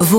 Vous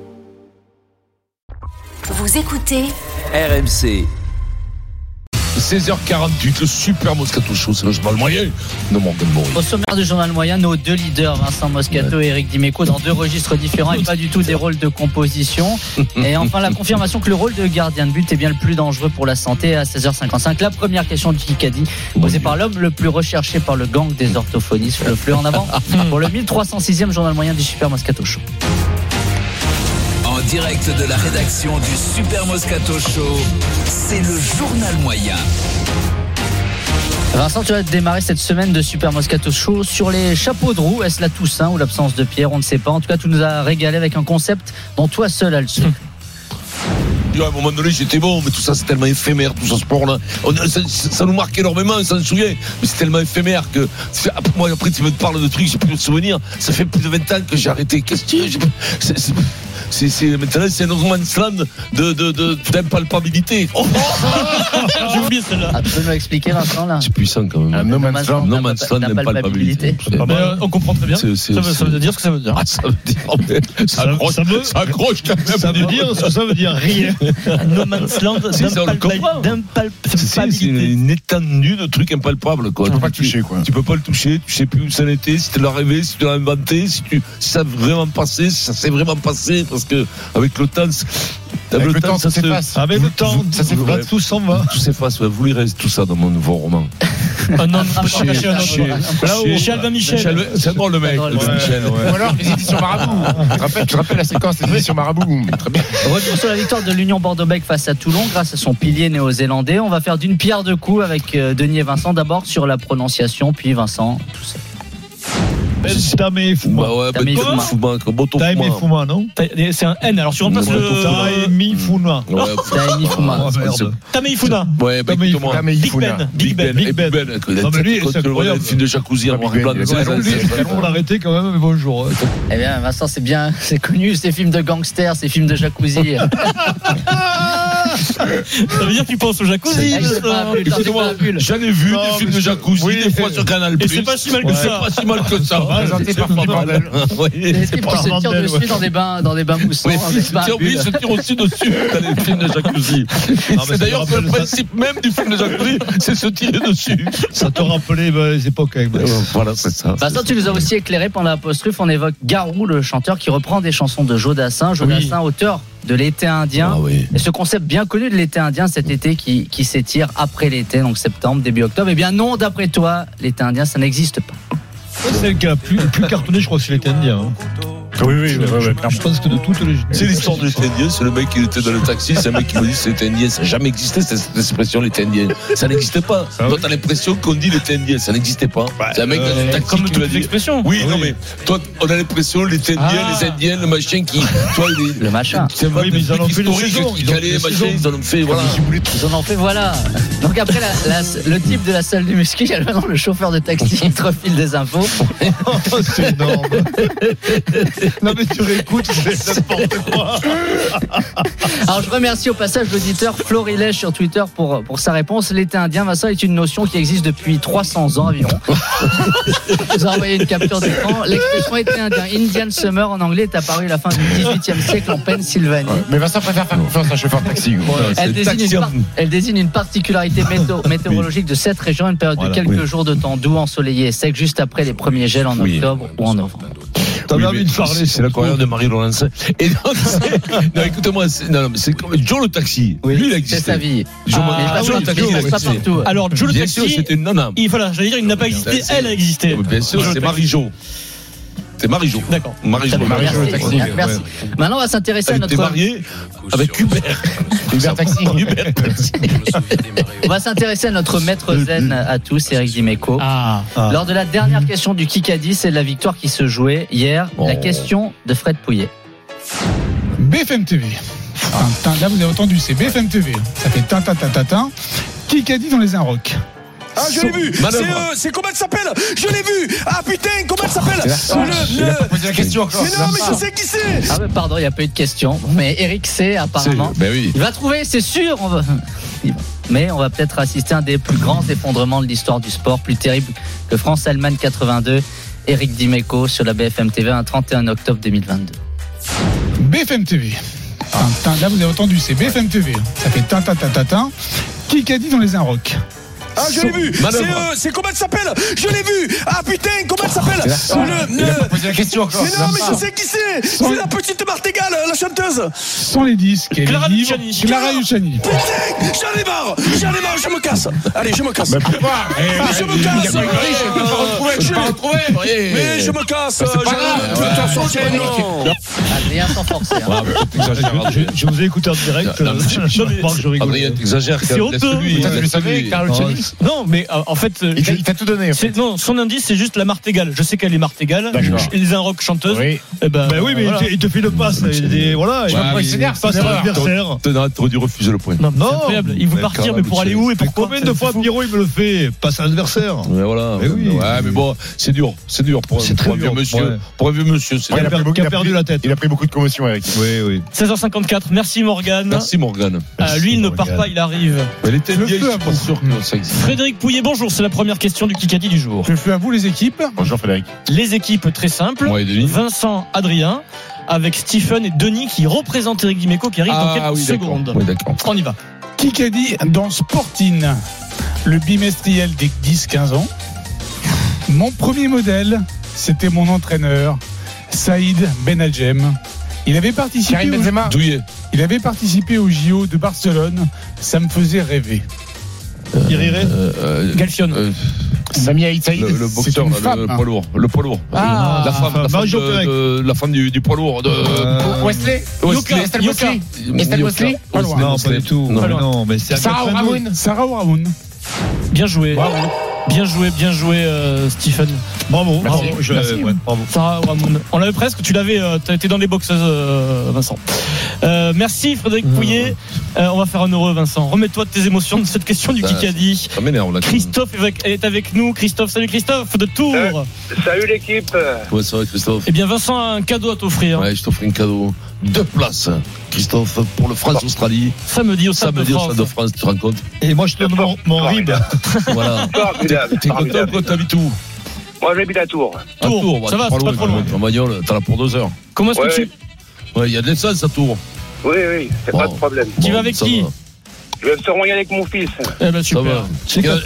Vous écoutez RMC. 16h48, le super Moscato Show, c'est le journal moyen de Montgomery. Au sommaire du journal moyen, nos deux leaders, Vincent Moscato et Eric Dimeco, dans deux registres différents et pas du tout des rôles de composition. Et enfin, la confirmation que le rôle de gardien de but est bien le plus dangereux pour la santé à 16h55. La première question de Kikadi, posée par l'homme le plus recherché par le gang des orthophonistes, le fleu en avant, pour le 1306e journal moyen du Super Moscato Show. En direct de la rédaction du Super Moscato Show, c'est le journal moyen. Vincent, tu vas démarrer cette semaine de Super Moscato Show sur les chapeaux de roue. Est-ce la Toussaint ou l'absence de Pierre On ne sait pas. En tout cas, tu nous as régalé avec un concept dont toi seul as le secret. Puis, À un moment donné, j'étais bon, mais tout ça, c'est tellement éphémère, tout ce sport-là. On- Ça, ça nous marque énormément, on s'en souvient, mais c'est tellement éphémère que. c'est- après, Moi, après, tu me parles de trucs, j'ai plus de souvenirs. Ça fait plus de 20 ans que j'ai arrêté. Qu'est-ce que tu veux, j'ai- c'est- c'est- c'est- c'est- Maintenant, c'est un no man's land de- de- de- d'impalpabilité. Oh, j'ai oublié celle-là. Ah, tu peux nous expliquer, Vincent, là C'est puissant quand Ah, même. no man's land. No man's land, D'impalpabilité. d'impalpabilité. Mais, euh, on comprend très bien. C'est- c'est- ça, veut, ça veut dire ce que ça veut dire. Ah, ça veut dire. oh, mais Ça Ça- accroche, ça veut- ça accroche quand même. Ça veut dire ce que ça veut dire. Rien. No Man's Land Si, ça, on le comprend. d'impalpa- C'est- C'est c'est d'impalpabilité. une étendue de trucs impalpables. Quoi. Tu peux pas le toucher, quoi. Tu peux pas le toucher, tu sais plus où ça en était, si tu l'as rêvé, si tu l'as inventé, si, tu, si ça a vraiment passé, si ça s'est vraiment passé, parce que avec le temps, c'est- Avec le temps, ça s'efface. Avec le temps, Ça s'est Ouais. fait. tout s'en va. Tout s'efface, ouais. vous lirez tout ça dans mon nouveau roman. Un homme Chez- attaché à un chez- homme. Là où chez- Michel va Michel. Michel, C'est drôle le mec, drôle, le ouais. Michel. Ou alors les éditions Marabout. Je te rappelle, je te rappelle la séquence des éditions Marabout. Très bien. Retour sur la victoire de l'Union Bordeaux-Bègles face à Toulon grâce à son pilier néo-zélandais. On va faire d'une pierre deux coups avec euh, Denis et Vincent d'abord sur la prononciation, puis Vincent. tout seul. Tamé Fouma. Bah ouais, T'as bah, mis tout Fouma. Fouma, quoi, bon, ton Tamé Fouma. Fouma, non T'as- C'est un N, alors tu remplaces Ouais, le. Taimi Fouma. Ouais, Oh. Taimi Fouma. Ouais, c'est- Tamei Funa. Ouais, bah, Tamei écoute-moi. Là, mais il Big faut là. Ben. Big Ben. Big Big Ben. Ben. Non, Non, mais lui, c'est incroyable. film de jacuzzi en Ah, Big noir et blanc. Ben, il c'est est ça, long, c'est- lui, c'est- On l'a arrêté quand même, mais bonjour. euh, Eh bien, Vincent, c'est bien, c'est connu, ces films de gangsters, ces films de jacuzzi. Ça veut dire que tu penses au jacuzzi. Ah, il s'est pas ça. vu, il s'est Écoutez-moi, pas vu. J'en ai vu Non, des films de mais je- jacuzzi, oui. des fois sur Canal+. Et c'est pas si mal que C'est ça. pas si mal que ça. Présenté par Franck Bardel. Oui. Les types qui se tirent Bardel, dessus ouais. dans des bains, dans des bains moussants. Oui, des bains à tiens, oui, bulles. je tire aussi dessus dans les films de jacuzzi. Et mais C'est ça d'ailleurs me le rappelle ça. principe même du film de jacuzzi, c'est se tirer dessus. Ça te rappelait bah, les époques avec Euh, Voilà, c'est ça. Vincent, Bah, tu nous as aussi éclairé pendant la post-ruf. On évoque Garou, le chanteur qui reprend des chansons de Joe Dassin. Joe Dassin, auteur de L'été indien. Ah oui. Et ce concept bien connu de l'été indien, cet été qui, qui s'étire après l'été, donc septembre, début octobre. Eh bien non, d'après toi, l'été indien, ça n'existe pas. Celle qui a plus, plus cartonné, je crois que c'est l'été indien. hein. Oui, oui, Je pense que de toutes les. C'est l'histoire de l'été indien, c'est le mec qui était dans le taxi, c'est un mec qui me dit c'est l'été indien, ça n'a jamais existé cette cette expression l'été indien. Ça n'existe pas. Ah oui. Toi t'as l'impression qu'on dit l'été indien, ça n'existait pas. C'est un mec dans le taxi Comme qui m'a toutes les dit expressions. Oui, non mais toi, on a l'impression les Indiens, Ah. les Indiens, le machin qui, toi, les, Le machin. c'est Oui, mais ils en ont fait une saison, Ils ils ont fait allaient, une machin, saison. ils en ont fait, voilà. Ils en ont fait, voilà. Donc après, la- la- le type de la salle du muscu, il y a le nom, le chauffeur de taxi, il te refile des infos. c'est énorme. non, mais tu réécoutes, c'est n'importe quoi. Alors je remercie au passage l'auditeur Florilège sur Twitter pour, pour sa réponse. L'été indien, Vincent, est une notion qui existe depuis 300 ans environ. Vous avez envoyé une capture d'écran. L'expression été indien, Indian Summer en anglais, est apparue à la fin du 18e siècle en Pennsylvanie. Mais Vincent préfère faire confiance à un chauffeur de taxi. gros. Elle désigne, une taxi en- par- elle désigne une particularité météo- météorologique de cette région, une période de Voilà, quelques jours de temps doux, ensoleillé et sec, juste après les premiers gels en Oui. octobre ou en novembre. T'as envie de parler, C'est c'est l'aquarium de Marie Laurencin. Et donc, c'est- non, écoute-moi, c'est- non, non, mais c'est comme Joe le taxi. Lui, il a C'est existé. sa vie. Joe, Ah, mais ah Joe oui, le taxi, Joe, il a c'est pas existé. partout. Alors, Jules Bien sûr, Taxi, c'était une nana. il- voilà, j'allais dire, il n'a pas existé, Taxi. elle a existé. Bien sûr, Joe le c'est taxi. Marie-Jo. C'est Marie-Jo. D'accord. Marie-Jo. Merci. Marie-Jo, le taxi. Merci. Maintenant, on va s'intéresser à Elle était notre. mariée avec Hubert. Hubert Taxi. Hubert Taxi. On va s'intéresser à notre maître Mm-hmm. zen à tous, Eric Dimeco. Ah. Lors de la dernière question du Kikadi, c'est la victoire qui se jouait hier. La Oh. question de Fred Pouillet. BFM TV. Ah. Tintin. Ah. Là, vous avez entendu, c'est BFM TV. Ça fait tintin, tintin, tintin. Qui qu'a dit dans les Inrocks Ah, je l'ai vu. C'est, Manœuvre. euh, c'est comment elle s'appelle Je l'ai vu. Ah putain, comment elle s'appelle Le- Il a pas le- posé la question encore. Mais non, mais je sais qui c'est. Ah, mais pardon, il n'y a pas eu de question. Mais Eric sait, apparemment. Ben oui. Il va trouver, c'est sûr. on va- Il va- Mais on va peut-être assister à un des plus grands effondrements de l'histoire du sport, plus terrible que France-Allemagne 82. Eric Dimeco sur la BFM TV un 31 octobre 2022. BFM TV. Tintin. Là, vous avez entendu, c'est BFM TV. Ça fait tintin, tintin, tintin. Qui qu'a dit dans les Inrocks Ah, je l'ai vu. Manœuvre. C'est, euh, c'est comment elle s'appelle Je l'ai vu. Ah putain, comment elle s'appelle Le- Il a pas le- posé la question encore. Mais non, mais je sais qui c'est. C'est la petite Martingale, la chanteuse. Sans les disques et Clara les livres. Luciani. Clara Luciani. Putain, j'en ai marre. J'en ai marre, je me casse. Allez, je me casse. Pourquoi Eh, Mais je me casse. euh, je- euh, Mais je me casse. c'est pas je- grave. De toute façon, j'ai un nom. Adrien sans forcer. hein. ah, Je, je vous ai écouté en direct. Non, non, mais- euh, je remarque, je rigole. Adrien, t'exagères quand C'est même. honteux. Laisse-lui, Putain, tu le savais, laisse-lui. Clara Luciani Non, mais euh, en fait, euh, Il t'a- je- il t'a tout donné. en fait. c'est- non, son indice, c'est juste la Martégale. Je sais qu'elle est Martégale. D'accord. Je- Les un rock chanteuse. Oui. Eh ben, Bah oui, mais voilà. il, te, il te file le passe. Il dit, voilà, il Ouais, mais il s'énerve, passe c'est à une erreur. l'adversaire. T'aurais- T'aurais dû refuser le point. Non, mais c'est Non. incroyable. Il veut D'accord, partir, mais pour aller où et Mais pourquoi combien de fois Pierrot il me le fait Passe à l'adversaire. Ouais, voilà. Mais oui. Ouais, mais bon, c'est dur. C'est dur pour, C'est pour très un vieux dur, monsieur. ouais. Pour un vieux monsieur, c'est Qui Ouais, il a a per- pris- qui il a a perdu pris- la tête. Il a pris beaucoup de commotion, Eric. Oui, oui. 16h54. Merci Morgane. Merci Morgane. Ah, lui, il ne Morgane. part pas, il arrive. Elle était Le vieille, feu je suis à pas sûr que ça existe. Frédéric Pouillet, bonjour. C'est la première question du Kikadi du jour. Je fais à vous les équipes. Bonjour Frédéric. Les équipes très simples. Moi et Denis. Vincent, Adrien, avec Stephen et Denis qui représentent Eric Dimeco qui arrive dans quelques Ah oui, d'accord. secondes. Oui, d'accord. On y va. Qui qu'a dit dans Sportine le bimestriel des 10-15 ans Mon premier modèle, c'était mon entraîneur, Saïd Benadjem. Il avait participé, Karim au, Benzema. Douillet. il avait participé au JO de Barcelone. Ça me faisait rêver. Il rirait. Euh, euh, Galfion. euh, Sami Aït Saïd. le, le boxeur, une là, femme, le, hein. poids lourd. Le poids lourd. Ah, la femme, la femme, Marie-Jo Pérec. de- de- la femme du, du poids lourd. De, Euh, Wesley. Wesley. Estelle Mosley. Estelle Mosley. Pas loin. Non, pas du tout. Non. Mais Non, mais c'est à Sarah 92. O'Ramoun. Sarah O'Raoun. Bien joué. Bien joué, bien joué, euh, Stephen. Bravo. Merci. bravo, je- Merci. ouais, bravo. Sarah Ouamoun. On l'avait presque, tu l'avais, euh, t'as été dans les boxeuses, euh, Vincent. Euh, merci Frédéric Pouillet. Euh, on va faire un heureux, Vincent. Remets-toi de tes émotions de cette question du Ça, Kikadi. Ça m'énerve, là. Christophe est avec- est avec nous. Christophe, salut Christophe de Tours. Salut l'équipe. Ouais, ça va, Christophe. Eh bien, Vincent a un cadeau à t'offrir. Ouais, je t'offre un cadeau. Deux places, Christophe, pour Ah le France-Australie. Samedi au Stade de Samedi au France. Stade de France, tu te rends compte Et moi, je te donne mon, mon rib. Voilà. Formidable. T'es content formidable. quand t'habites où Moi j'habite à Tours. À Tours. Tours, ouais, Ça va, c'est pas trop quand loin. même. En bagnole, t'en as pour deux heures. Comment est-ce Ouais, que tu, ouais. Ouais, il y a de l'essence à Tours. Oui, oui, c'est Bon. pas de problème. Tu Bon, vas avec ça qui va, Je vais me soigner avec mon fils. Eh ben, Ça super. va. Quel âge-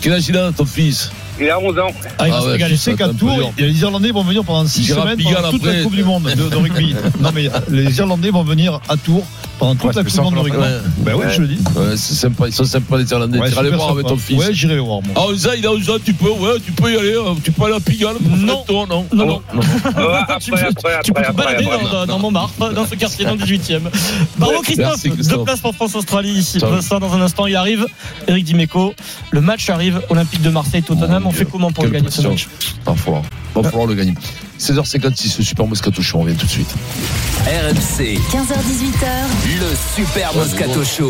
Quel âge il a, ton fils Il a 11 ans. Ah, il va Ah se ouais, régaler. Tu sais Ça, qu'à c'est un peu dur. Tours, il y a les Irlandais vont venir pendant 6 Gérard semaines Pigalle, pendant toute après. la Coupe du Monde de, de rugby. Non, mais les Irlandais vont venir à Tours pendant toute Ouais, la Coupe c'est du Monde de le Ah rugby. Ouais, Ben ouais, je le dis. ouais, c'est sympa, ils sont sympas les Irlandais. Ouais, tu vas super aller voir sympa. avec ton fils. Ouais, j'irai voir. moi. Ah, Ouza, il a Ouza, tu peux, ouais, tu peux y aller, euh, tu peux aller à Pigalle, pour Non. faire tour, non Non, Ah non. bon Ouais, après, peux- après, Tu peux après, te après, balader après. dans, dans- dans Montmartre, dans ce quartier, dans le 18e. Bravo Christophe, Merci, Christophe. deux places pour France-Australie. Ciao. Vincent, dans un instant, il arrive. Eric Dimeco, le match arrive. Olympique de Marseille-Tottenham, Mon on fait Dieu, comment pour le quelle gagner ce pression. match Va falloir, va falloir le gagner. 16h56, le Super Moscato Show, on revient tout de suite. RMC, 15h18h, le Super Moscato Show.